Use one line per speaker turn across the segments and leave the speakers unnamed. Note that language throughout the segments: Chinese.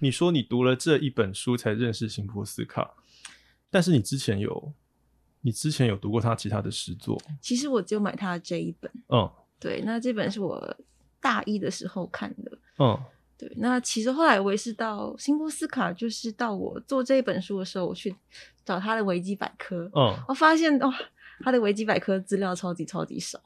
你说你读了这一本书才认识辛波斯卡，但是你之前有，你之前有读过他其他的诗作，
其实我只有买他的这一本，
嗯
对，那这本是我大一的时候看的，
嗯
对，那其实后来我也是到辛波斯卡，就是到我做这一本书的时候，我去找他的维基百科，
嗯，
我发现哇，他的维基百科资料超级超级少，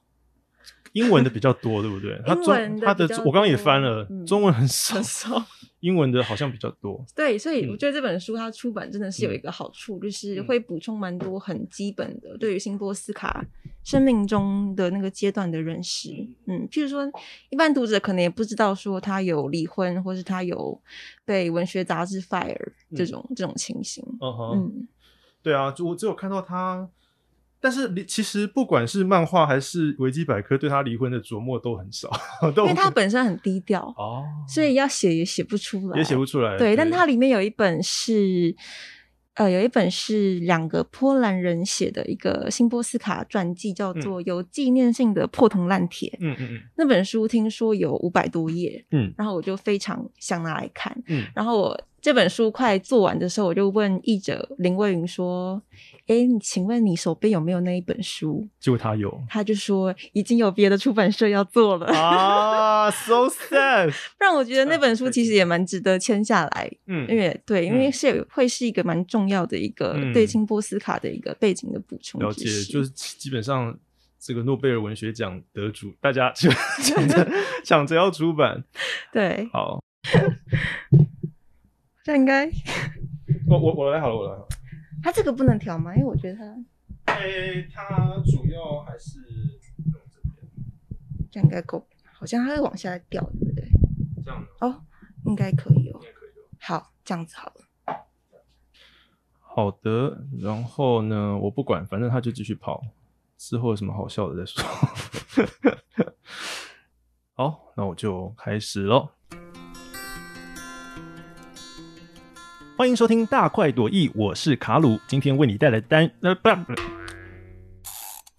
英文的比较多，对不对？他
英
中
文的
他的
比较
中我刚刚也
多
翻了，
嗯
中文很少
很，少。
英文的好像比较 多，
对，所以我
嗯
觉得这本书它出版真的是有一个好处，就是会补充蛮多很基本的对于辛波斯卡生命中的那个阶段的认识。嗯，譬如说，一般读者可能也不知道说他有离婚，或是他有被文学杂志 fire 这种、这种情形。
嗯哼。
嗯，
对啊，就我只有看到他，但是离其实不管是漫画还是维基百科，对他离婚的琢磨都很少，都
因为他本身很低调，
哦，
所以要写也写不出来，
也写不出来。
对，但它里面有一本是，呃，有一本是两个波兰人写的一个辛波斯卡传记，叫做《有纪念性的破铜烂铁》。
嗯嗯嗯
那本书听说有五百多页，
嗯
然后我就非常想拿来看。
嗯
然后我这本书快做完的时候，我就问译者林蔚云说：“诶，你请问你手边有没有那一本书
结果他有？”。
他就说：“已经有别的出版社要做了。
啊，so sad。
让我觉得那本书
嗯
其实也蛮值得签下来，
嗯
因为对，因为
嗯
是有会是一个蛮重要的一个
嗯
对清波斯卡的一个背景的补充
了
知
解，
识。
就是基本上这个诺贝尔文学奖得主，大家就抢着 抢着要出版。
对，
好，
这样应该
我我我来好了，我来好了。
它这个不能调吗？因为我觉得它
诶、他主要还是用这边
这样应该够，好像它会往下掉，对不对？
这样
哦，应该可以
应。
哦
该可以吧。
好，这样子好了。
好的，然后呢，我不管，反正他就继续跑。之后有什么好笑的再说。 好，那我就开始喽。欢迎收听《大快朵颐》，我是卡鲁，今天为你带来单呃不。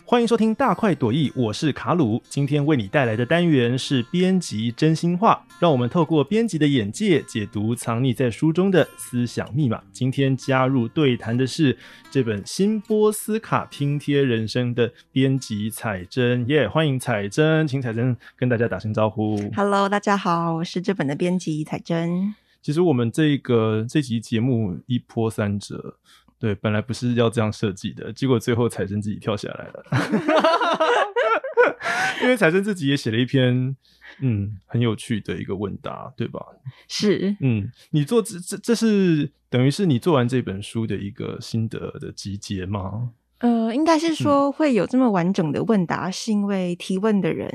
欢迎收听《大快朵颐》，我是卡鲁。今天为你带来的单元是编辑真心话，让我们透过编辑的眼界解读藏匿在书中的思想密码。今天加入对谈的是这本《新波斯卡拼贴人生》的编辑彩珍，耶、欢迎彩珍，请彩珍跟大家打声招呼。
Hello，大家好，我是这本的编辑彩珍。
其实我们这个这集节目一波三折，对，本来不是要这样设计的，结果最后彩生自己跳下来 了，因为彩生自己也写了一篇，嗯，很有趣的一个问答，对吧？
是，
嗯，你做这这这是等于是你做完这本书的一个心得的集结吗？
呃，应该是
嗯
说会有这么完整的问答，是因为提问的人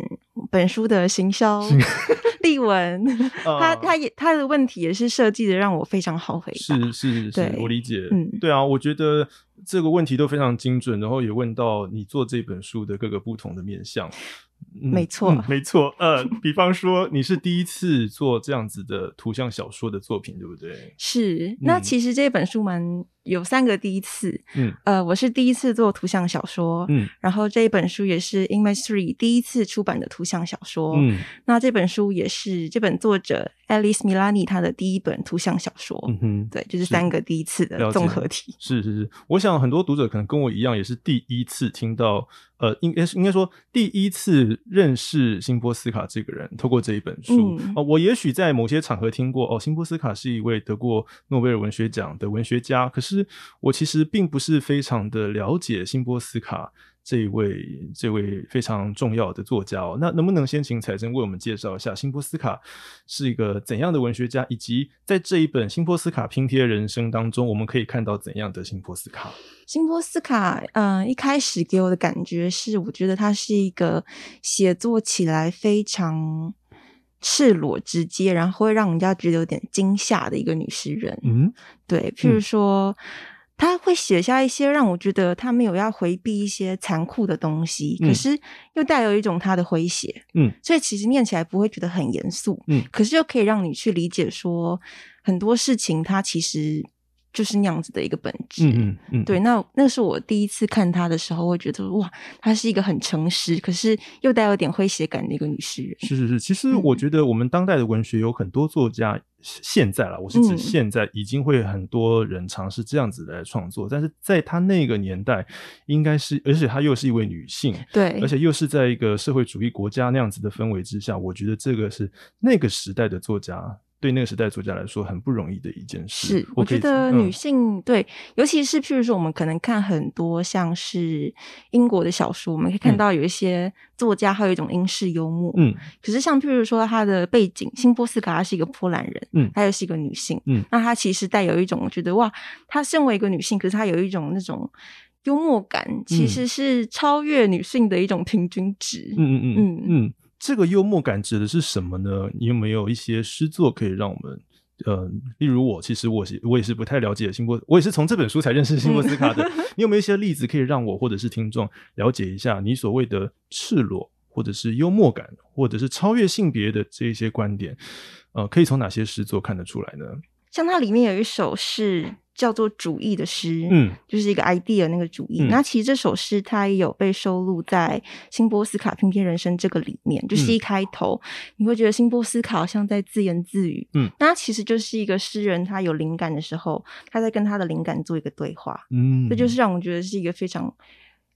本书的行销 立文，他
啊
他也他的问题也是设计的让我非常好回答。
是是是
对，
我理解。
嗯
对啊，我觉得这个问题都非常精准，然后也问到你做这本书的各个不同的面向。嗯
没错
嗯没错。呃，比方说你是第一次做这样子的图像小说的作品，对不对？
是，那
嗯
其实这本书蛮有三个第一次，
嗯
呃，我是第一次做图像小说，
嗯
然后这一本书也是 Image Three 第一次出版的图像小说，
嗯
那这本书也是这本作者 Alice Milani 她的第一本图像小说，
嗯哼，
对，就是
是
三个第一次的
了解
综合体。
是是是，我想很多读者可能跟我一样，也是第一次听到，呃，应该是应该说第一次认识辛波斯卡这个人，透过这一本书。
嗯
呃，我也许在某些场合听过，哦，辛波斯卡是一位得过诺贝尔文学奖的文学家，可是我其实并不是非常的了解辛波斯卡。这一位这位非常重要的作家哦，那能不能先请彩珍为我们介绍一下辛波斯卡是一个怎样的文学家，以及在这一本《辛波斯卡拼贴人生》当中，我们可以看到怎样的辛波斯卡？
辛波斯卡，嗯、一开始给我的感觉是，我觉得他是一个写作起来非常赤裸、直接，然后会让人家觉得有点惊吓的一个女诗人。
嗯
对，譬如说，他会写下一些让我觉得他没有要回避一些残酷的东西，
嗯
可是又带有一种他的诙谐，
嗯，
所以其实念起来不会觉得很严肃，
嗯
可是又可以让你去理解说很多事情它其实。就是那样子的一个本质。
嗯嗯嗯，
对，那那是我第一次看她的时候，我觉得哇，她是一个很诚实，可是又带有点诙谐感的一个女诗人。
是是是，其实
嗯
我觉得我们当代的文学有很多作家，现在啦，我是指
嗯
现在已经会很多人尝试这样子来创作，但是在她那个年代，应该是，而且她又是一位女性，
对
而，且又是在一个社会主义国家那样子的氛围之下，我觉得这个是那个时代的作家对那个时代的作家来说很不容易的一件事。
是，我
嗯可
觉
以
得
嗯
女性、对，尤其是譬如说，我们可能看很多像是英国的小说，我们可以看
嗯
到有一些作家还有一种英式幽默。
嗯
可是像譬如说，她的背景，辛波斯卡她是一个波兰人，
嗯
她又是一个女性，
嗯，
那她其实带有一种，我觉得哇，她身为一个女性，可是她有一种那种幽默感，其
嗯
实是超越女性的一种平均值。
嗯嗯嗯
嗯
嗯，这个幽默感指的是什么呢？你有没有一些诗作可以让我们？呃，例如我，其实我是我也是不太了解辛波，我也是从这本书才认识辛波斯卡的。
嗯
你有没有一些例子可以让我或者是听众了解一下你所谓的赤裸，或者是幽默感，或者是超越性别的这一些观点？呃，可以从哪些诗作看得出来呢？
像它里面有一首是叫做《主义》的诗，。
嗯
就是一个 idea 那个主义。
嗯
那其实这首诗它也有被收录在《新波斯卡拼贴人生》这个里面，
嗯
就是一开头、你会觉得新波斯卡好像在自言自语，
嗯，
那他其实就是一个诗人，他有灵感的时候，他在跟他的灵感做一个对话，
嗯，
这就是让我觉得是一个非常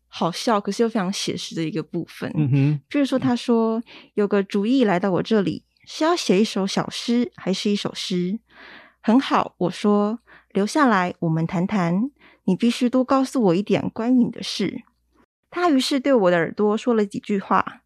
好笑，可是又非常写实的一个部分。
嗯哼
譬如说，他说有个主意来到我这里，是要写一首小诗，还是一首诗？很好，我说留下来，我们谈谈。你必须多告诉我一点关于你的事。他于是对我的耳朵说了几句话。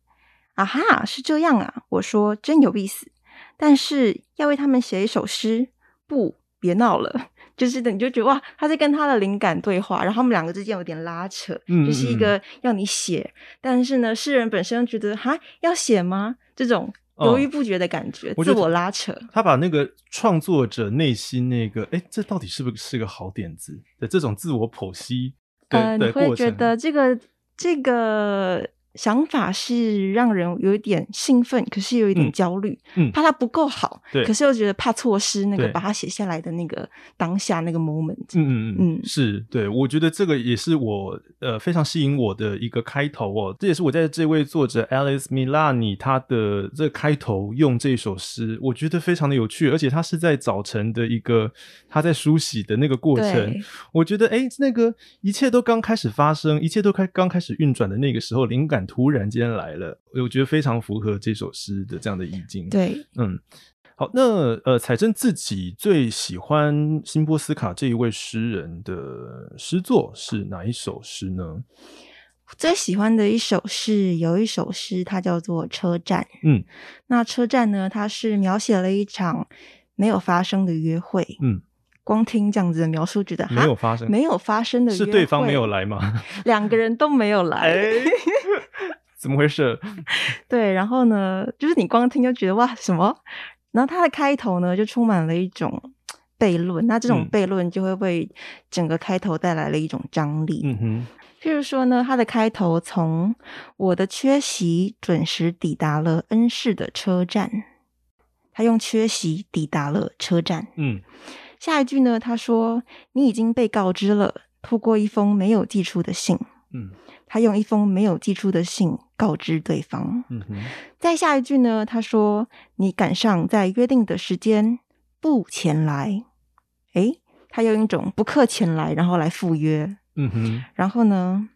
啊哈，是这样啊！我说真有意思，但是要为他们写一首诗，不，别闹了。 就是你就觉得哇，他在跟他的灵感对话，然后他们两个之间有点拉扯，
嗯
就是一个要你写，但是呢，诗人本身觉得哈要写吗？这种犹豫不决的感觉，
哦我觉
自
得
我拉扯。
他把那个创作者内心那个，哎，这到底是不是个好点子的这种自我剖析的、
呃，你
的
会
过
觉
程，
得这个这个想法是让人有一点兴奋，可是有一点
嗯
焦虑，
嗯
怕它不够好，
对
可是又觉得怕错失那个
对
把它写下来的那个当下那个 moment。
嗯嗯嗯，
嗯
是对，我觉得这个也是我呃非常吸引我的一个开头哦，这也是我在这位作者 Alice Milani 她的这开头用这首诗，我觉得非常的有趣，而且她是在早晨的一个她在梳洗的那个过程
对，
我觉得哎，诶那个一切都刚开始发生，一切都开刚开始运转的那个时候，灵感突然间来了，我觉得非常符合这首诗的这样的意境。
对，
嗯，好，那呃，彩珍自己最喜欢辛波斯卡这一位诗人的诗作是哪一首诗呢？
最喜欢的一首是有一首诗，它叫做《车站》。
嗯，
那车站呢，它是描写了一场没有发生的约会。
嗯，
光听这样子的描述，觉得
没有
哈
发生，
啊没有发生的约
是
会，
对方没有，来吗？
两个人都没有来。
哎， 怎么回事？
对，然后呢，就是你光听就觉得哇什么，然后它的开头呢就充满了一种悖论，那这种
嗯
悖论就会为整个开头带来了一种张力。
嗯哼，
譬如说呢，它的开头从“我的缺席准时抵达了恩市的车站”，他用缺席抵达了车站。
嗯
下一句呢，他说：“你已经被告知了，透过一封没有寄出的信。”
嗯
他用一封没有寄出的信告知对方。
嗯哼，
再下一句呢，他说：“你赶上在约定的时间不前来。”诶，他用一种不客前来，然后来赴约。
嗯哼，
然后呢，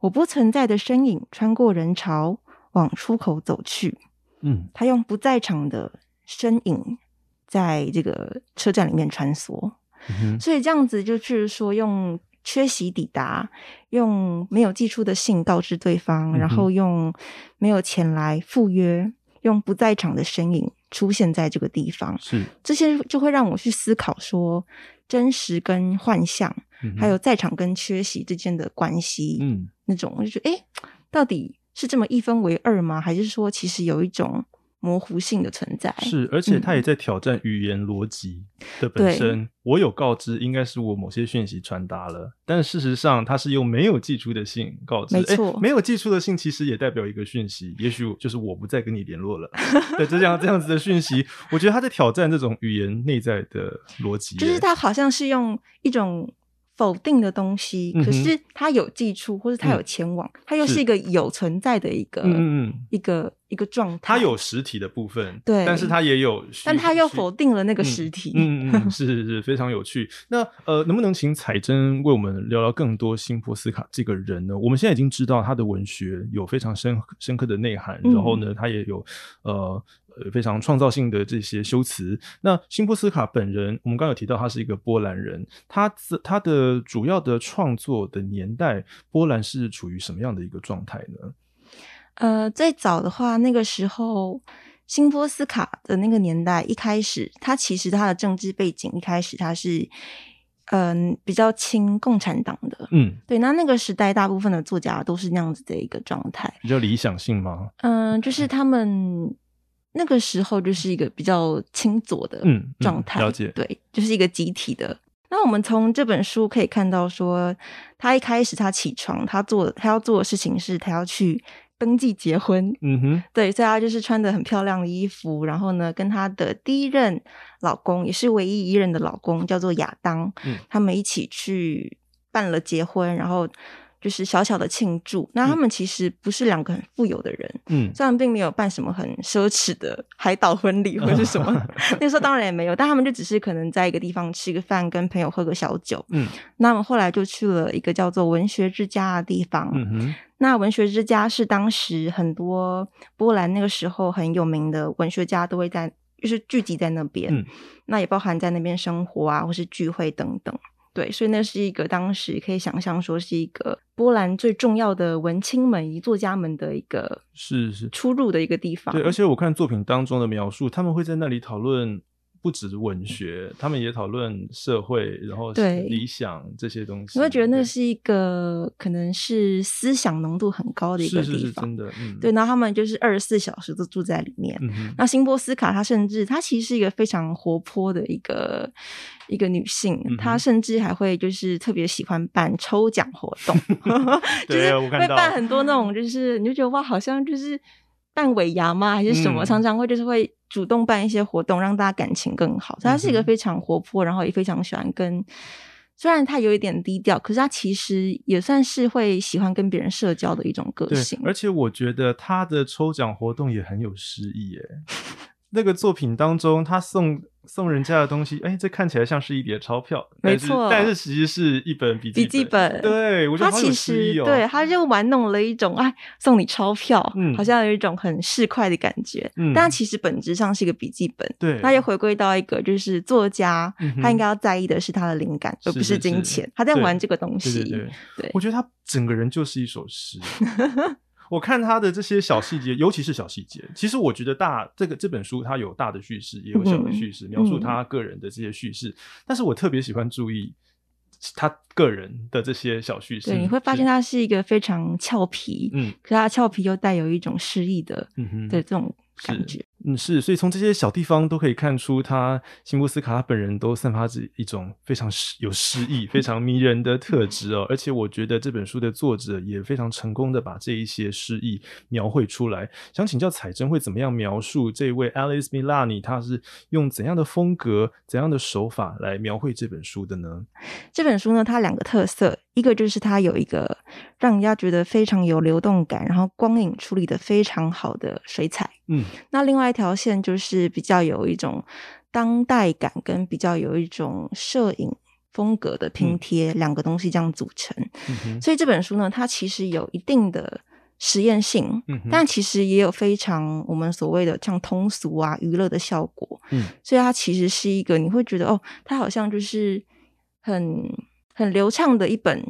我不存在的身影穿过人潮往出口走去。
嗯
他用不在场的身影在这个车站里面穿梭。
嗯哼，
所以这样子就是说，用缺席抵达，用没有寄出的信告知对
嗯
方，
哼
然后用没有前来赴约，用不在场的身影出现在这个地方，
是，
这些就会让我去思考说，真实跟幻象，
嗯哼
还有在场跟缺席之间的关系，
嗯
那种我就觉得，哎、到底是这么一分为二吗？还是说其实有一种模糊性的存在？
是，而且他也
嗯
在挑战语言逻辑，的本身，我有告知，应该是我某些讯息传达了，但事实上它是用没有寄出的信告知。
没
诶
错
没有寄出的信其实也代表一个讯息，也许就是我不再跟你联络了。 对，就这样这样子的讯息，我觉得他在挑战这种语言内在的逻辑耶，
就是他好像是用一种否定的东西，
嗯哼
可是他有寄出，或是他有
嗯
前往，他又
是
是一个有存在的一个、
嗯嗯嗯，
一个一个状态。
他有，实体的部分，
对
但是他也有虚，
但他又
虚
否定了那个
嗯
实体。
嗯嗯，嗯， 是是是，非常有趣。那呃，能不能请彩珍为我们聊聊更多辛波斯卡这个人呢？我们现在已经知道他的文学有非常深深刻的内涵，
嗯
然后呢，他也有呃。呃，非常创造性的这些修辞。那辛波斯卡本人，我们刚刚有提到他是一个波兰人，他自他的主要的创作的年代，波兰是处于什么样的一个状态呢？
呃，最早的话，那个时候新波斯卡的那个年代，一开始他其实他的政治背景一开始他是嗯比较亲共产党的。
嗯，
对，那那个时代大部分的作家都是那样子的一个状态。
比较理想性吗？
嗯、就是他们那个时候就是一个比较轻左的
嗯嗯
状态、
了解
对，就是一个集体的。那我们从这本书可以看到说他一开始他起床，他做他要做的事情是他要去登记结婚，
嗯哼，
对，所以她就是穿的很漂亮的衣服，然后呢，跟她的第一任老公，也是唯一一任的老公，叫做亚当，
嗯
他们一起去办了结婚，然后就是小小的庆祝。那他们其实不是两个很富有的人，
嗯，
虽然并没有办什么很奢侈的海岛婚礼或是什 么，那时候当然也没有，但他们就只是可能在一个地方吃个饭，跟朋友喝个小酒。
嗯
那我们后来就去了一个叫做文学之家的地方，
嗯哼，
那文学之家是当时很多波兰那个时候很有名的文学家都会在，就是聚集在那边，
嗯
那也包含在那边生活啊，或是聚会等等。对，所以那是一个当时可以想象说是一个波兰最重要的文青们以及作家们的一个
是是。
出入的一个地方。
对，而且我看作品当中的描述，他们会在那里讨论不止文学，他们也讨论社会，然后
对
理想这些东西。
你会觉得那
对
是一个可能是思想浓度很高的一个
是是
地
是
方。
真的，嗯，
对，，然后他们就是二十四小时都住在里面。
嗯哼，
那辛波斯卡她甚至她其实是一个非常活泼的一个一个女性
嗯哼，
她甚至还会就是特别喜欢办抽奖活 动，就是
对啊我看
会
到
办很多那种，就是你就觉得哇，好像就是办尾牙吗还是什
嗯
么，常常会就是会主动办一些活动，让大家感情更好。所以她是一
嗯
个
哼
非常活泼，然后也非常喜欢跟。虽然她有一点低调，可是她其实也算是会喜欢跟别人社交的一种个
对
性，。
而且我觉得他的抽奖活动也很有诗意耶。那个作品当中，他送送人家的东西，哎，这看起来像是一叠钞票，
没
但是
错
但是其实是一本笔
笔记
记
本，
对，我觉
他
得好有
其
诗
实
意哦。
对，他就玩弄了一种哎，送你钞票，
嗯
好像有一种很市侩的感觉，
嗯
但其实本质上是一个笔记本。
对，
那又回归到一个，就是作家、
嗯哼
他应该要在意的是他的灵感，
是
而不是金钱。
是
他在
对
玩这个东
对
西，
对对。
对
我觉得他整个人就是一首诗。 我看他的这些小细节，尤其是小细节，其实我觉得大这个这本书它有大的叙事，也有小
嗯
的叙事，描述他个人的这些叙事。但是我特别喜欢注意他个人的这些小叙事，
对你会发现
是
他是一个非常俏皮，
嗯
可他的俏皮又带有一种诗意的
嗯哼
的这种
是
感觉。
嗯，是，所以从这些小地方都可以看出他，辛波斯卡他本人都散发着一种非常诗有诗意、非常迷人的特质哦。而且我觉得这本书的作者也非常成功的把这一些诗意描绘出来。想请教彩珍会怎么样描述这位 Alice Milani，他是用怎样的风格、怎样的手法来描绘这本书的呢？
这本书呢，它两个特色，一个就是它有一个让人家觉得非常有流动感，然后光影处理的非常好的水彩。
嗯
那另外一条线就是比较有一种当代感，跟比较有一种摄影风格的拼贴，两个东西这样组成。
嗯哼，
所以这本书呢，它其实有一定的实验性。
嗯哼，
但其实也有非常我们所谓的像通俗啊、娱乐的效果，
嗯
所以它其实是一个你会觉得哦，它好像就是很很流畅的一本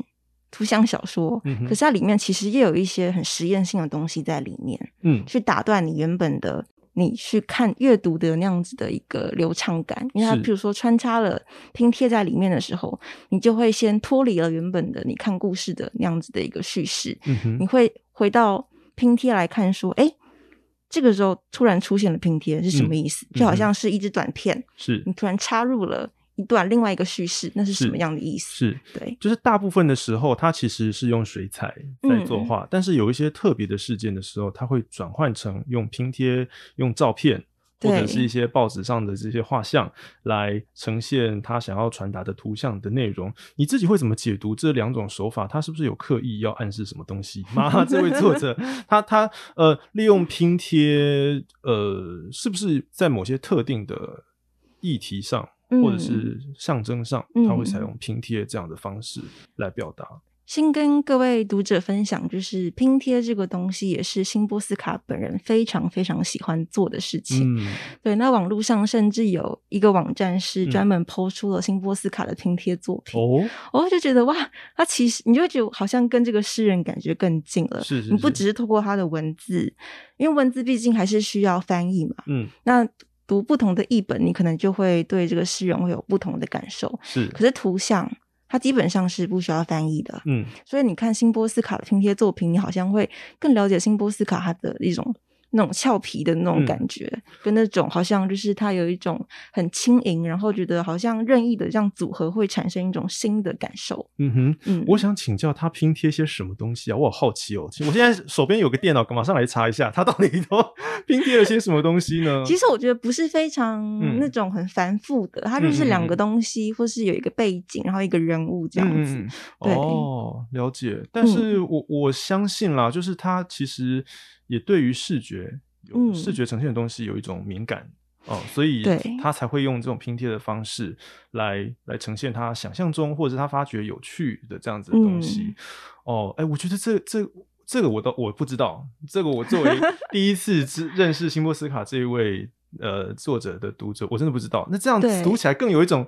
图像小说，
嗯哼
可是它里面其实也有一些很实验性的东西在里面，
嗯
去打断你原本的你去看阅读的那样子的一个流畅感，因为它
是
譬如说穿插了拼贴在里面的时候，你就会先脱离了原本的你看故事的那样子的一个叙事，
嗯哼
你，会回到拼贴来看，说，哎，这个
嗯
时候突然出现了拼贴是什么意思？就好像是一支短片，
是
你突然插入了一段另外一个叙事，那是什么
是
样的意思？
是，
对，
就是大部分的时候，它其实是用水彩在作画，但是有一些特别的事件的时候，它会转换成用拼贴、用照片或者
对
是一些报纸上的这些画像来呈现他想要传达的图像的内容。你自己会怎么解读这两种手法？他是不是有刻意要暗示什么东西？ 妈，这位作者他他呃，利用拼贴呃，是不是在某些特定的议题上？或者
嗯
是象征上，他会采用拼贴这样的方式来表达。
先跟各位读者分享，就是拼贴这个东西也是辛波斯卡本人非常非常喜欢做的事情。
嗯，
对，那网络上甚至有一个网站是
嗯
专门抛出了辛波斯卡的拼贴作品，
哦，
我就觉得哇，他其实你就会觉得好像跟这个诗人感觉更近了。
是是
你不
是
只是透过他的文字，因为文字毕竟还是需要翻译嘛。
嗯，
那读不同的译本，你可能就会对这个诗人会有不同的感受。
是，
可是图像，它基本上是不需要翻译的。
嗯，
所以你看辛波斯卡的拼贴作品，你好像会更了解辛波斯卡他的一种那种俏皮的那
嗯
种感觉，跟那种好像就是他有一种很轻盈，然后觉得好像任意的这样组合会产生一种新的感受。
嗯哼。
嗯，
我想请教他拼贴些什么东西啊？我好好奇哦。其实我现在手边有个电脑，马上来查一下，他到底都 拼贴了些什么东西呢？
其实我觉得不是非常
嗯
那种很繁复的，它就是两个东西，或是有一个背景，然后一个人物这样子。
嗯嗯嗯
对嗯
哦，了解。但是我我相信啦，就是他其实也对于视觉有、
嗯
视觉呈现的东西有一种敏感哦，所以
对
他才会用这种拼贴的方式来来呈现他想象中或者是他发觉有趣的这样子的东西。
嗯
哦，哎，我觉得这这。这个我都我不知道，这个我作 为第一次知认识辛波斯卡这一位呃作者的读者，我真的不知道。那这样
对
读起来更有一种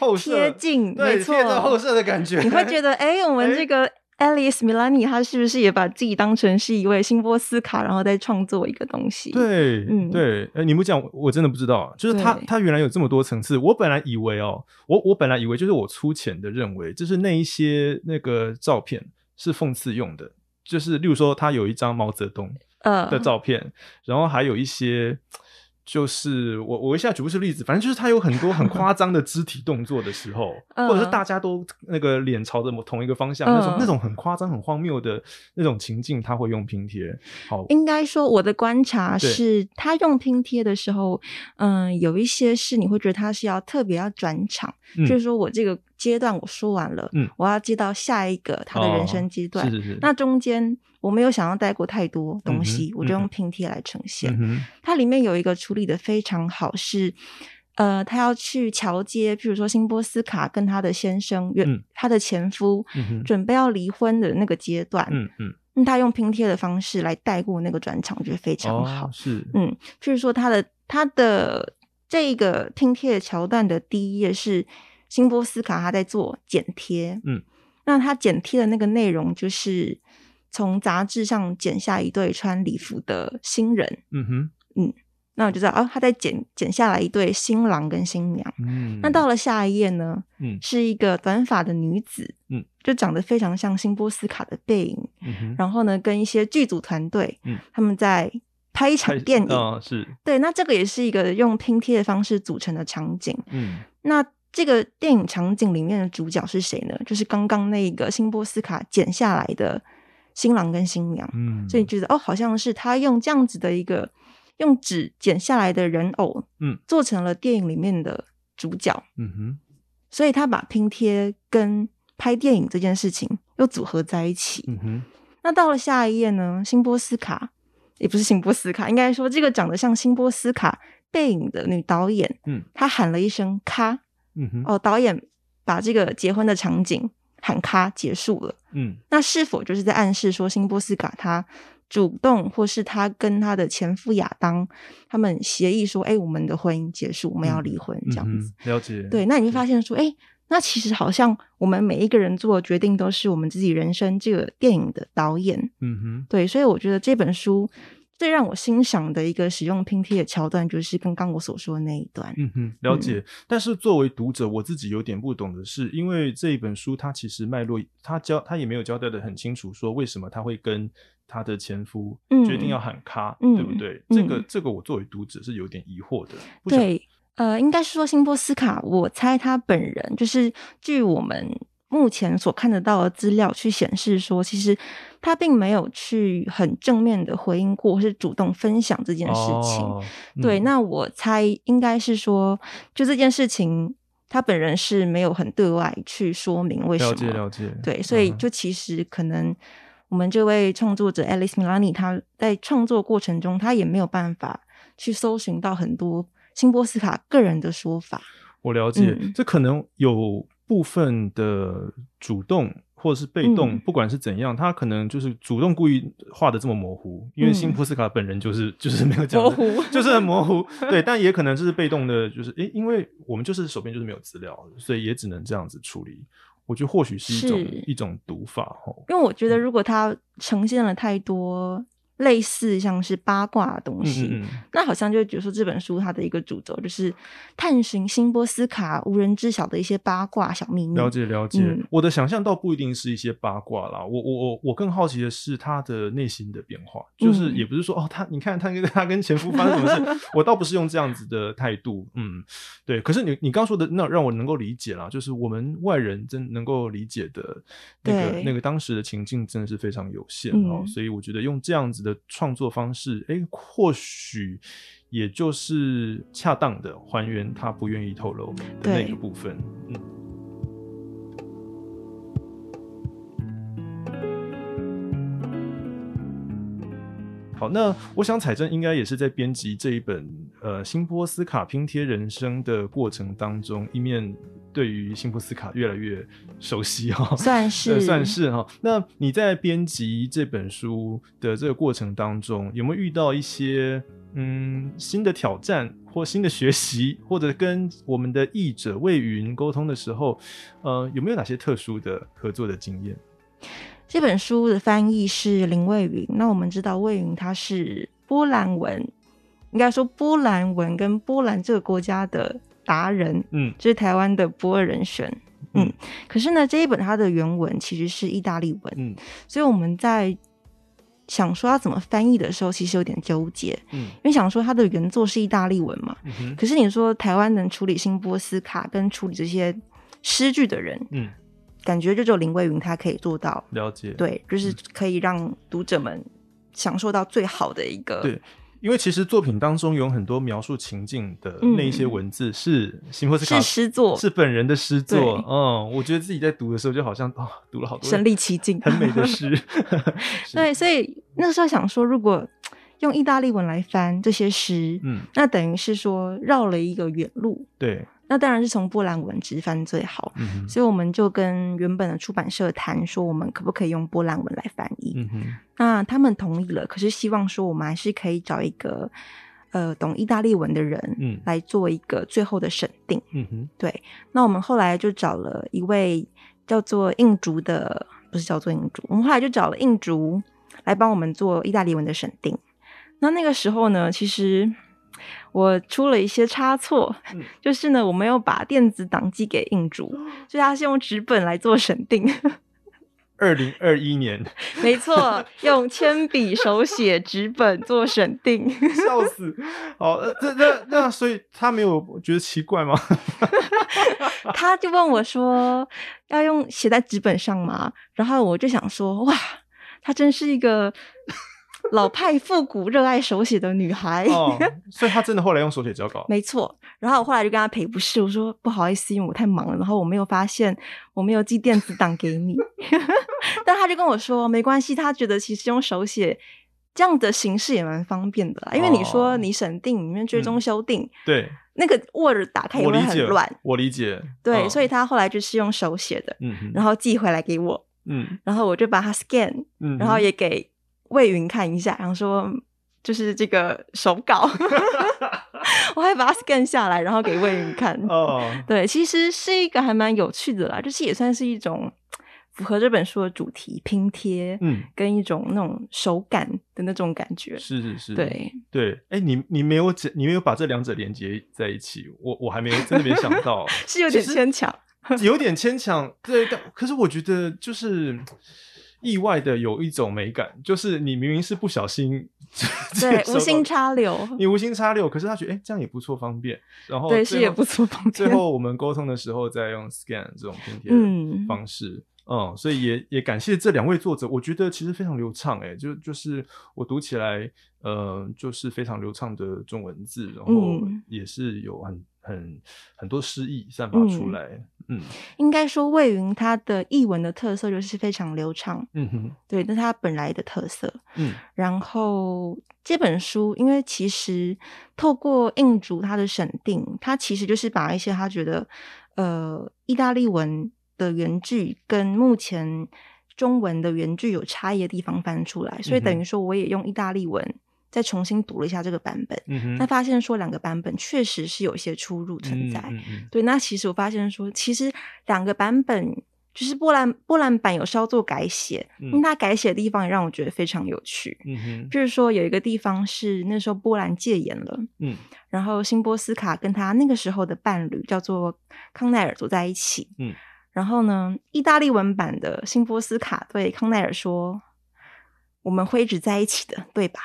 后设
贴近，
对
没错，
贴着后设的感觉，
你会觉得，哎、我们
哎
这个 Alice Milani 她是不是也把自己当成是一位辛波斯卡，然后再创作一个东 西？，
对，
嗯
对，哎、你不讲，我我真的不知道，就是他
对
他原来有这么多层次。我本来以为哦，我我本来以为就是我粗浅的认为，就是那一些那个照片是讽刺用的，就是例如说他有一张毛泽东
呃
的，照片，然后还有一些。就是我，我一下举不出例子，反正就是他有很多很夸张的肢体动作的时候，或者是
嗯
大家都那个脸朝着某同一个方向，那种
嗯
那种很夸张、很荒谬的那种情境，他会用拼贴。好，
应该说我的观察
对
是，他用拼贴的时候，嗯，有一些是你会觉得他是要特别要转场，
嗯
就是说我这个阶段我说完了，
嗯哦
我要接到下一个他的人生阶段。
是是是，
那中间我没有想要带过太多东西，
嗯哼
我就
嗯
用
哼
拼贴来呈现。
嗯哼。
它里面有一个处理的非常好是。呃，他要去桥接，譬如说辛波斯卡跟他的先生，原、
嗯
他的前夫、
嗯哼
准备要离婚的那个阶段，
嗯嗯，
那他用拼贴的方式来带过那个转场，我觉得非常好。
哦、是，
嗯，譬如说他的他的这个拼贴的桥段的第一页是辛波斯卡他在做剪贴，
嗯，
那他剪贴的那个内容就是从杂志上剪下一对穿礼服的新人，
嗯哼，
那我就知道哦，他在剪剪下来一对新郎跟新娘。
嗯，
那到了下一页呢，
嗯
是一个短发的女子，
嗯，
就长得非常像辛波斯卡的背影。
嗯哼，
然后呢，跟一些剧组团队，
嗯，
他们在拍一场电影。
啊、是，
对，那这个也是一个用拼贴的方式组成的场景。
嗯
那这个电影场景里面的主角是谁呢？就是刚刚那个辛波斯卡剪下来的新郎跟新娘。
嗯，
所以觉得哦，好像是他用这样子的一个用纸剪下来的人偶，
嗯，
做成了电影里面的主角，
嗯哼，
所以他把拼贴跟拍电影这件事情又组合在一起。
嗯哼，
那到了下一页呢，辛波斯卡也不是辛波斯卡，应该说这个长得像辛波斯卡背影的女导演，
嗯，
她喊了一声“咔
嗯”，哼，
哦，导演把这个结婚的场景喊“咔”结束了。
嗯
那是否就是在暗示说，辛波斯卡他主动，或是他跟他的前夫亚当他们协议说，哎、我们的婚姻结束，我们要离婚
嗯
这样子？
哼了解，
对，，那你会发现说，哎、那其实好像我们每一个人做的决定都是我们自己人生这个电影的导演。
嗯哼，
对，所以我觉得这本书最让我欣赏的一个使用拼贴的桥段，就是刚刚我所说的那一段。
嗯哼，了解。但是作为读者，我自己有点不懂的是，因为这一本书它其实脉络，它交它也没有交代的很清楚，说为什么他会跟他的前夫决定
嗯
要喊咔，对不
嗯
对？这个
嗯
这个我作为读者是有点疑惑的，不晓得
对，呃，应该是说辛波斯卡，我猜他本人就是据我们目前所看得到的资料去显示说，其实他并没有去很正面的回应过，或是主动分享这件事情。
哦
对，
嗯
那我猜应该是说，就这件事情，他本人是没有很对外去说明为什
了解
么。
了解，
对，所以
嗯哼
就其实可能我们这位创作者 Alice Milani，他在创作过程中，他也没有办法去搜寻到很多辛波斯卡个人的说法。
我了解，
嗯
这可能有部分的主动或者是被动，
嗯
不管是怎样，他可能就是主动故意画的这么模糊，因为
嗯
辛普斯卡本人就是就是没有讲的
模糊
就是很模 糊，对，但也可能就是被动的，就是诶，因为我们就是手边就是没有资料，所以也只能这样子处理。我觉得或许是一种
是
一种读法吼，
因为我觉得，如果他呈现了太多类似像是八卦的东
嗯
西，
嗯嗯，
那好像就比如说这本书它的一个主轴就是探寻辛波斯卡无人知晓的一些八卦小秘密。
了解了解，
嗯
我的想象倒不一定是一些八卦啦，我我我我更好奇的是他的内心的变化，就是
嗯
也不是说哦，他你看他跟 他跟前夫发生什么 事，我倒不是用这样子的态度，嗯，对。可是你你刚说的那让我能够理解啦，就是我们外人真能够理解的那个
对
那个当时的情境真的是非常有限哦，
嗯
所以我觉得用这样子的创作方式，诶，或许。也就是恰当的还原他不愿意透露的那
对
个部分，嗯。好，那我想彩珍应该也是在编辑这一本呃《新波斯卡拼贴人生》的过程当中，一面对于新波斯卡越来越熟悉哈、哦，
算
呃
是
算是哈、那你在编辑这本书的这个过程当中，有没有遇到一些嗯新的挑战或新的学习，或者跟我们的译者魏云沟通的时候，呃，有没有哪些特殊的合作的经验？
这本书的翻译是林蔚云。那我们知道蔚云他是波兰文，应该说波兰文跟波兰这个国家的达人，
嗯，
就是台湾的波尔人选。嗯，可是呢，这一本它的原文其实是意大利文，
嗯
所以我们在想说要怎么翻译的时候，其实有点纠结，
嗯
因为想说它的原作是意大利文嘛，
嗯哼
可是你说台湾能处理新波斯卡跟处理这些诗句的人，
嗯，
感觉就只有林蔚云他可以做到，
了解。
对，就是
嗯
可以让读者们享受到最好的一个，
对因为其实作品当中有很多描述情境的
嗯
那一些文字是辛波斯卡
是诗作，
是本人的诗作
对。
嗯，我觉得自己在读的时候就好像哦， 读了好多
身临其境，
很美的。诗。是，
对，所以那时候想说，如果用意大利文来翻这些诗，
嗯，
那等于是说绕了一个远路。
对，
那当然是从波兰文直翻最好，
嗯哼
所以我们就跟原本的出版社谈，说我们可不可以用波兰文来翻译。
嗯哼，
那他们同意了，可是希望说我们还是可以找一个呃懂意大利文的人，
嗯
来做一个最后的审定。
嗯哼，
那我们后来就找了一位叫做印竹的，不是叫做印竹，我们后来就找了印竹来帮我们做意大利文的审定。那那个时候呢，其实我出了一些差错，
嗯
就是呢我没有把电子档寄给印竹，所以他是用纸本来做审定。
二零二一年，
没错，用铅笔手写纸本做审定。
笑死！好，呃这那那，所以他没有觉得奇怪 吗？
他就问我说：“要用写在纸本上吗？”然后我就想说：“哇，她真是一个老派复古、热爱手写的女孩。
哦，所以他真的后来用手写交 稿。
没错，然后我后来就跟她赔不是，我说不好意思，因为我太忙了，然后我没有发现我没有寄电子档给你。 但她就跟我说没关系，她觉得其实用手写这样的形式也蛮方便的啦，因为你
哦
说你审定里面追踪
嗯
修订，
对，
那个 Word 打开也
我
会
理
很
解，
乱，
我理解。
对，
嗯
所以她后来就是用手写的，
嗯哼，
然后寄回来给我，
嗯
然后我就把它 scan，
嗯哼，
然后也给魏云看一下，然后说嗯就是这个手稿， 我还把它 scan 下来，然后给魏云看。
哦，
对，其实是一个还蛮有趣的啦，就是也算是一种符合这本书的主题拼贴，
嗯，
跟一种那种手感的那种感觉。
是是是，
对，
对，哎、你你没有解，你没有把这两者连接在一起，我我还没有真的没想到，
是有点
其实
牵强。
有点牵强。对，但可是我觉得就是意外的有一种美感，就是你明明是不小心
对
接，收到
无心，插柳，
你无心插柳，可是他觉得哎、诶这样也不错，方便。然后
对，
最
是也
后
不错方
最
便。
后我们沟通的时候再用 scan 这种拼贴
嗯
方式。嗯所以也也感谢这两位作者，我觉得其实非常流畅、诶，就就是我读起来，呃，就是非常流畅的中文字，然后
嗯
也是有很很很多诗意散发出
嗯
来，嗯
应该说魏云他的译文的特色就是非常流畅，
嗯哼
对，那是他本来的特色。
嗯
然后这本书，因为其实透过印竹他的审定，他其实就是把一些他觉得呃意大利文的原句跟目前中文的原句有差异的地方翻出来，所以
嗯哼
等于说我也用意大利文再重新读了一下这个版本，
嗯哼，
那发现说两个版本确实是有一些出入存在。
嗯嗯
对，那其实我发现说，其实两个版本就是波兰波兰版有稍作改写，
嗯
那它改写的地方也让我觉得非常有趣。
嗯嗯
譬如说有一个地方是那时候波兰戒严了，
嗯
然后辛波斯卡跟他那个时候的伴侣叫做康奈尔走在一起，
嗯，
然后呢，意大利文版的辛波斯卡对康奈尔说：“我们会一直在一起的，对吧？”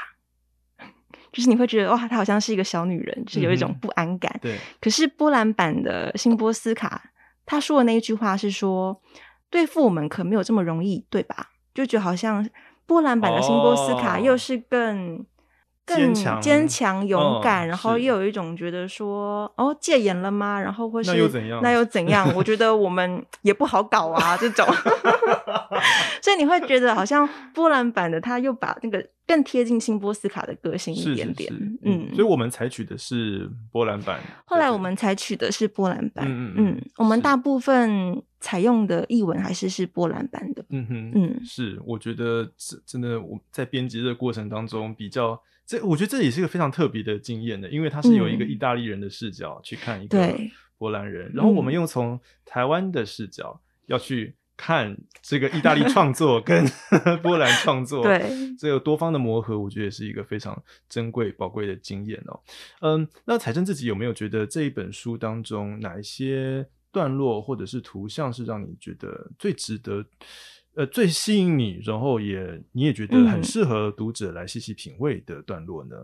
就是你会觉得哇，她好像是一个小女人，就是有一
嗯
种
哼
不安感。
对，
可是波兰版的辛波斯卡，他说的那一句话是说，对付我们可没有这么容易，对吧？就觉得好像波兰版的辛波斯卡
哦
又是更、
坚
更
强
坚强、勇敢，
嗯
然后
是
又有一种觉得说，哦，戒严了吗？然后或是
那又怎样
那又怎样？我觉得我 们也不好搞啊，这种。所以你会觉得好像波兰版的他又把那个更贴近辛波斯卡的个性一
是
点
是
点，
是，
嗯
嗯，，所以我们采取的是波兰版。
后来
对
我们采取的是波兰版，
嗯
嗯
嗯嗯
我们
是
大部分采用的译文还是是波兰版的，
嗯哼，
嗯
是，我觉得这真的我在编辑的过程当中比较，这我觉得这也是一个非常特别的经验的，因为它是由一个
嗯
意大利人的视角去看一个
对
波兰人，然后我们
嗯
用从台湾的视角要去看这个意大利创作 跟波兰创作，
对，
这个多方的磨合，我觉得也是一个非常珍贵宝贵的经验哦。嗯，那彩珍自己有没有觉得这一本书当中哪一些段落或者是图像是让你觉得最值得，呃，最吸引你，然后也你也觉得很
嗯
适合读者来细细品味的段落呢？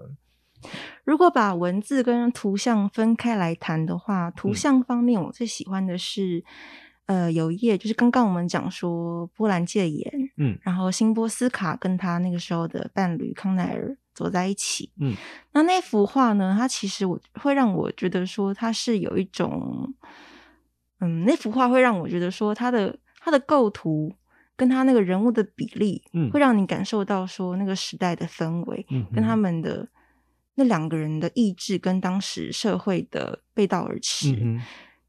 如果把文字跟图像分开来谈的话，
嗯
图像方面我最喜欢的是，呃，有一页就是刚刚我们讲说波兰戒严，
嗯
然后辛波斯卡跟他那个时候的伴侣康奈尔走在一起，
嗯，
那那幅画呢，它其实我会让我觉得说它是有一种，嗯，那幅画会让我觉得说它的它的构图。跟他那个人物的比例，
嗯
会让你感受到说那个时代的氛围，
嗯哼，
跟他们的那两个人的意志跟当时社会的背道而驰。
嗯哼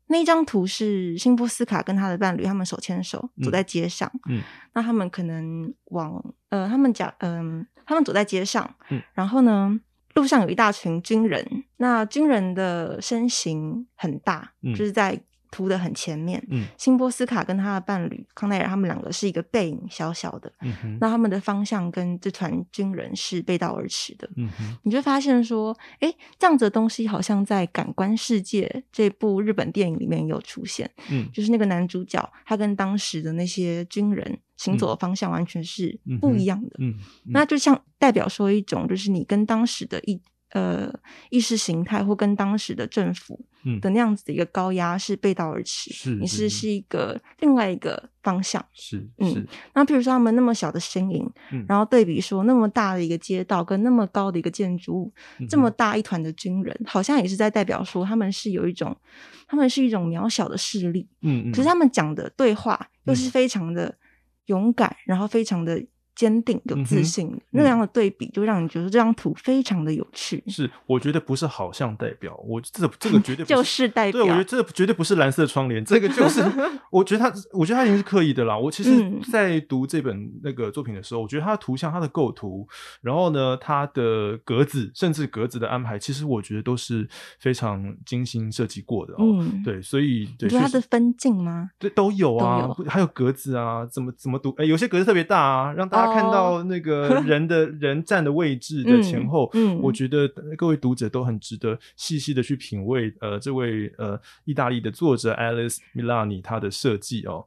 那一张图是辛波斯卡跟他的伴侣，他们手牵手
嗯
走在街上。
嗯
那他们可能往呃，他们讲嗯、他们走在街上，
嗯
然后呢，路上有一大群军人。那军人的身形很大，
嗯
就是在图的很前面。
嗯
辛波斯卡跟他的伴侣康奈尔，他们两个是一个背影，小小的。
嗯哼
那他们的方向跟这团军人是背道而驰的。
嗯哼
你就发现说，哎，这样子的东西好像在《感官世界》这部日本电影里面有出现，
嗯
就是那个男主角他跟当时的那些军人行走的方向完全是不一样的。
嗯，
那就像代表说一种，就是你跟当时的意呃意识形态或跟当时的政府
嗯
的那样子的一个高压是背道而驰，
是
你
是
是是一个另外一个方向。
是
嗯
是
那譬如说他们那么小的身影，
嗯
然后对比说那么大的一个街道跟那么高的一个建筑物，
嗯
这么大一团的军人，好像也是在代表说他们是有一种，他们是一种渺小的势力，
嗯哼嗯，
可是他们讲的对话又是
嗯
非常的勇敢，然后非常的坚定、有
嗯哼
自信，那样的对比就让你觉得这张图非常的有趣，
是我觉得不是好像代表，我这这个绝 对不
就是代
对，我觉得
表，
这绝对不是蓝色窗帘，这个就是， 我觉得他，我觉得他已经是刻意的啦。我其实
嗯，
在读这本那个作品的时候，我觉得它的图像、它的构图，然后呢，它的格子，甚至格子的安排，其实我觉得都是非常精心设计过的哦。
嗯，
对，所以
你
对，
觉
确
得它
实
的分镜吗？
对都有啊，
都有
不还有格子啊，怎么怎么读？哎，有些格子特别大啊，让大家看到
哦
那 个人的、人站的位置的前
嗯
后。
嗯
我觉得呃各位读者都很值得细细的去品味。呃，这位呃意大利的作者 Alice Milani 他的设计哦。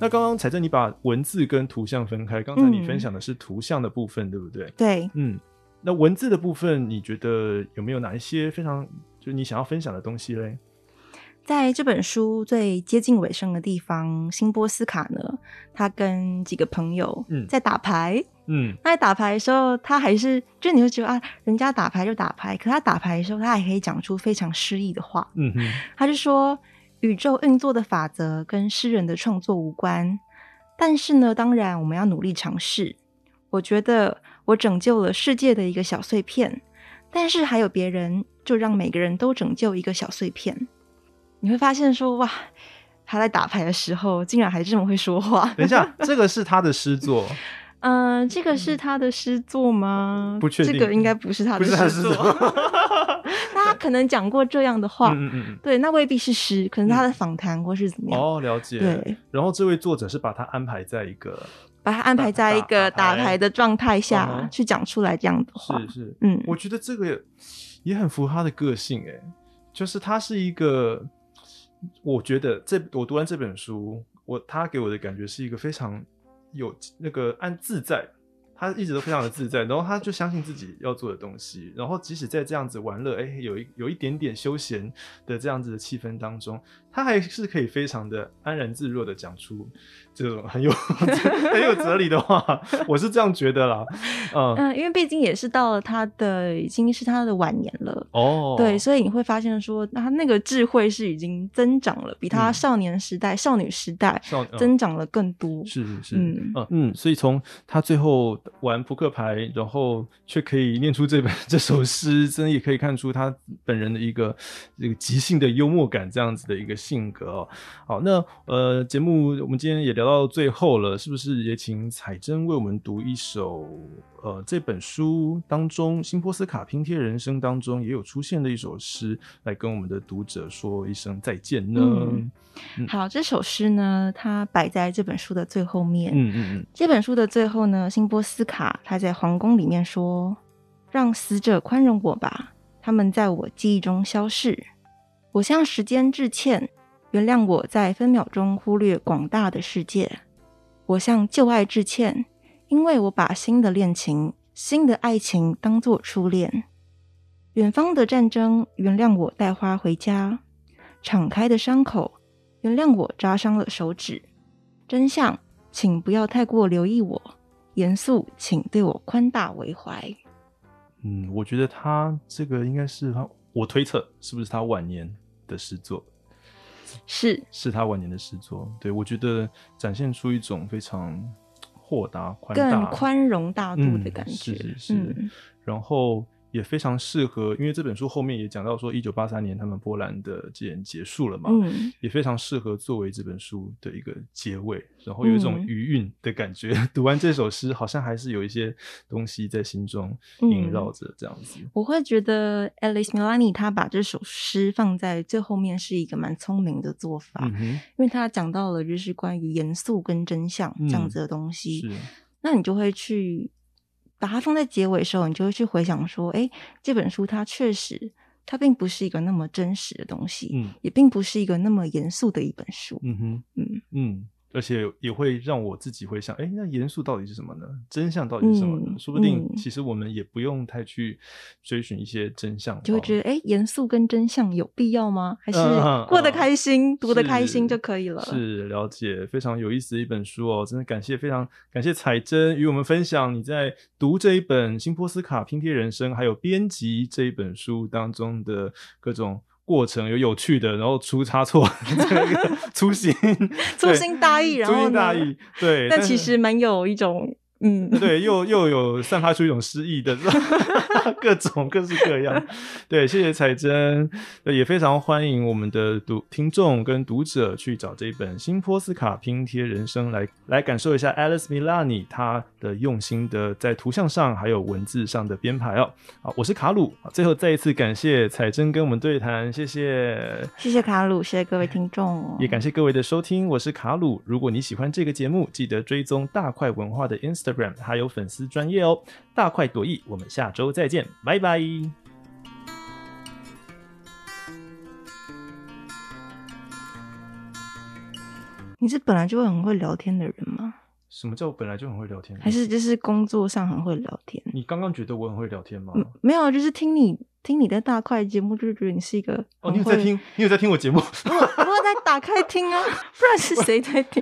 那刚刚彩珍，你把文字跟图像分开，刚才你
嗯
分享的是图像的部分，对不对？
对，
嗯，那文字的部分，你觉得有没有哪一些非常就是你想要分享的东西嘞？
在这本书最接近尾声的地方，辛波斯卡呢，他跟几个朋友
嗯
在打牌。
嗯
那在打牌的时候，他还是就你会觉得啊，人家打牌就打牌，可他打牌的时候，他还可以讲出非常诗意的话。
嗯哼
他就说，宇宙运作的法则跟诗人的创作无关，但是呢，当然我们要努力尝试。我觉得我拯救了世界的一个小碎片，但是还有别人，就让每个人都拯救一个小碎片。你会发现说，哇，他在打牌的时候竟然还这么会说话。
等一下，这个是他的诗作，
嗯、这个是他的诗作吗？
不确定
这个应该不 是他
不
的
是他的
诗
诗
作。
作。
那他可能讲过这样的话，
嗯嗯嗯
对，那未必是诗，可能是他的访谈或是怎么
嗯，
样。
哦，了解。
对，
然后这位作者是把它安排在一个，
把它安排在一个
打打
打
牌
牌的状态
嗯
下
哼
去讲出来这样的话
是。是，
嗯，
我觉得这个也很符合他的个性，哎，就是他是一个，我觉得这我读完这本书，我他给我的感觉是一个非常有那个按自在，他一直都非常的自在，然后他就相信自己要做的东西，然后即使在这样子玩乐，哎，有一有一点点休闲的这样子的气氛当中，他还是可以非常的安然自若的讲出这种很有很有哲理的话，我是这样觉得啦， 嗯，
嗯，因为毕竟也是到了他的已经是他的晚年了。
哦，
对，所以你会发现说，他那个智慧是已经增长了，比他
嗯
少年时代、少女时代
少嗯
增长了更多。
是是是，
嗯
嗯嗯，所以从他最后玩扑克牌，然后却可以念出这本这首诗，真的也可以看出他本人的一个这个即兴的幽默感这样子的一个性格哦。好，那呃，节目我们今天也聊到最后了，是不是也请彩珍为我们读一首呃这本书当中新波斯卡拼贴人生当中也有出现的一首诗，来跟我们的读者说一声再见呢？嗯
嗯好，这首诗呢，它摆在这本书的最后面。
嗯嗯
这本书的最后呢，辛波斯卡他在皇宫里面说：“让死者宽容我吧，他们在我记忆中消逝。我向时间致歉，原谅我在分秒中忽略广大的世界。我向旧爱致歉，因为我把新的恋情、新的爱情当作初恋。远方的战争，原谅我带花回家；敞开的伤口，原谅我扎伤了手指。真相，请不要太过留意我；严肃，请对我宽大为怀。
嗯，我觉得他这个应该是他，我推测是不是他晚年的诗作，
是，
是他晚年的诗作。对我觉得展现出一种非常豁达、宽
更
大、
宽容大度的感觉。
嗯是是是
嗯
然后也非常适合，因为这本书后面也讲到说，一九八三年他们波兰的戒严结束了嘛，
嗯
也非常适合作为这本书的一个结尾，然后有一种
嗯
余韵的感觉。 读完这首诗，好像还是有一些东西在心中萦
嗯
绕着这样子。
我会觉得 Alice Milani 她把这首诗放在最后面是一个蛮聪明的做法，
嗯哼，
因为她讲到了就是关于严肃跟真相这样子的东西。
嗯是，
那你就会去把它放在结尾的时候，你就会去回想说，哎，这本书它确实它并不是一个那么真实的东西，
嗯
也并不是一个那么严肃的一本书。
嗯哼。
嗯，
嗯，而且也会让我自己会想，哎，那严肃到底是什么呢？真相到底是什么呢？
嗯
说不定
嗯
其实我们也不用太去追寻一些真相，啊
就会觉
得
得哎，诶严肃跟真相有必要吗？还是
嗯嗯
过得
嗯
开心、读得开心就可以了？
是了解，非常有意思的一本书哦，真的感谢非常感谢彩珍与我们分享你在读这一本《新波斯卡拼贴人生》还有编辑这一本书当中的各种。过程有有趣的，然后出差错， 这个粗心，
粗心大意，
对
然
粗
后
心
呢？
大意， 对。
但
是
其实蛮有一种嗯，
对，又又有散发出一种诗意的 各种各式各样。对，谢谢彩珍，对也非常欢迎我们的读听众跟读者去找这一本《新波斯卡拼贴人生》来来感受一下 Alice Milani 她的用心的在图像上还有文字上的编排哦。好，我是卡鲁，最后再一次感谢彩珍跟我们对谈，谢谢。
谢谢卡鲁，谢谢各位听众，哦
也感谢各位的收听，我是卡鲁。如果你喜欢这个节目，记得追踪大块文化的 Instagram，还有粉丝专业哦。大快朵颐，我们下周再见，拜拜。
你是本来就会很会聊天的人吗？
什么叫我本来就很会聊天？
还是就是工作上很会聊天？
你刚刚觉得我很会聊天吗？
嗯，没有，就是听你听你的大块节目，就是觉得你是一个
哦，
很
你有在
会
听，你有在听我节目？
我我有在打开听啊，不然是谁在听？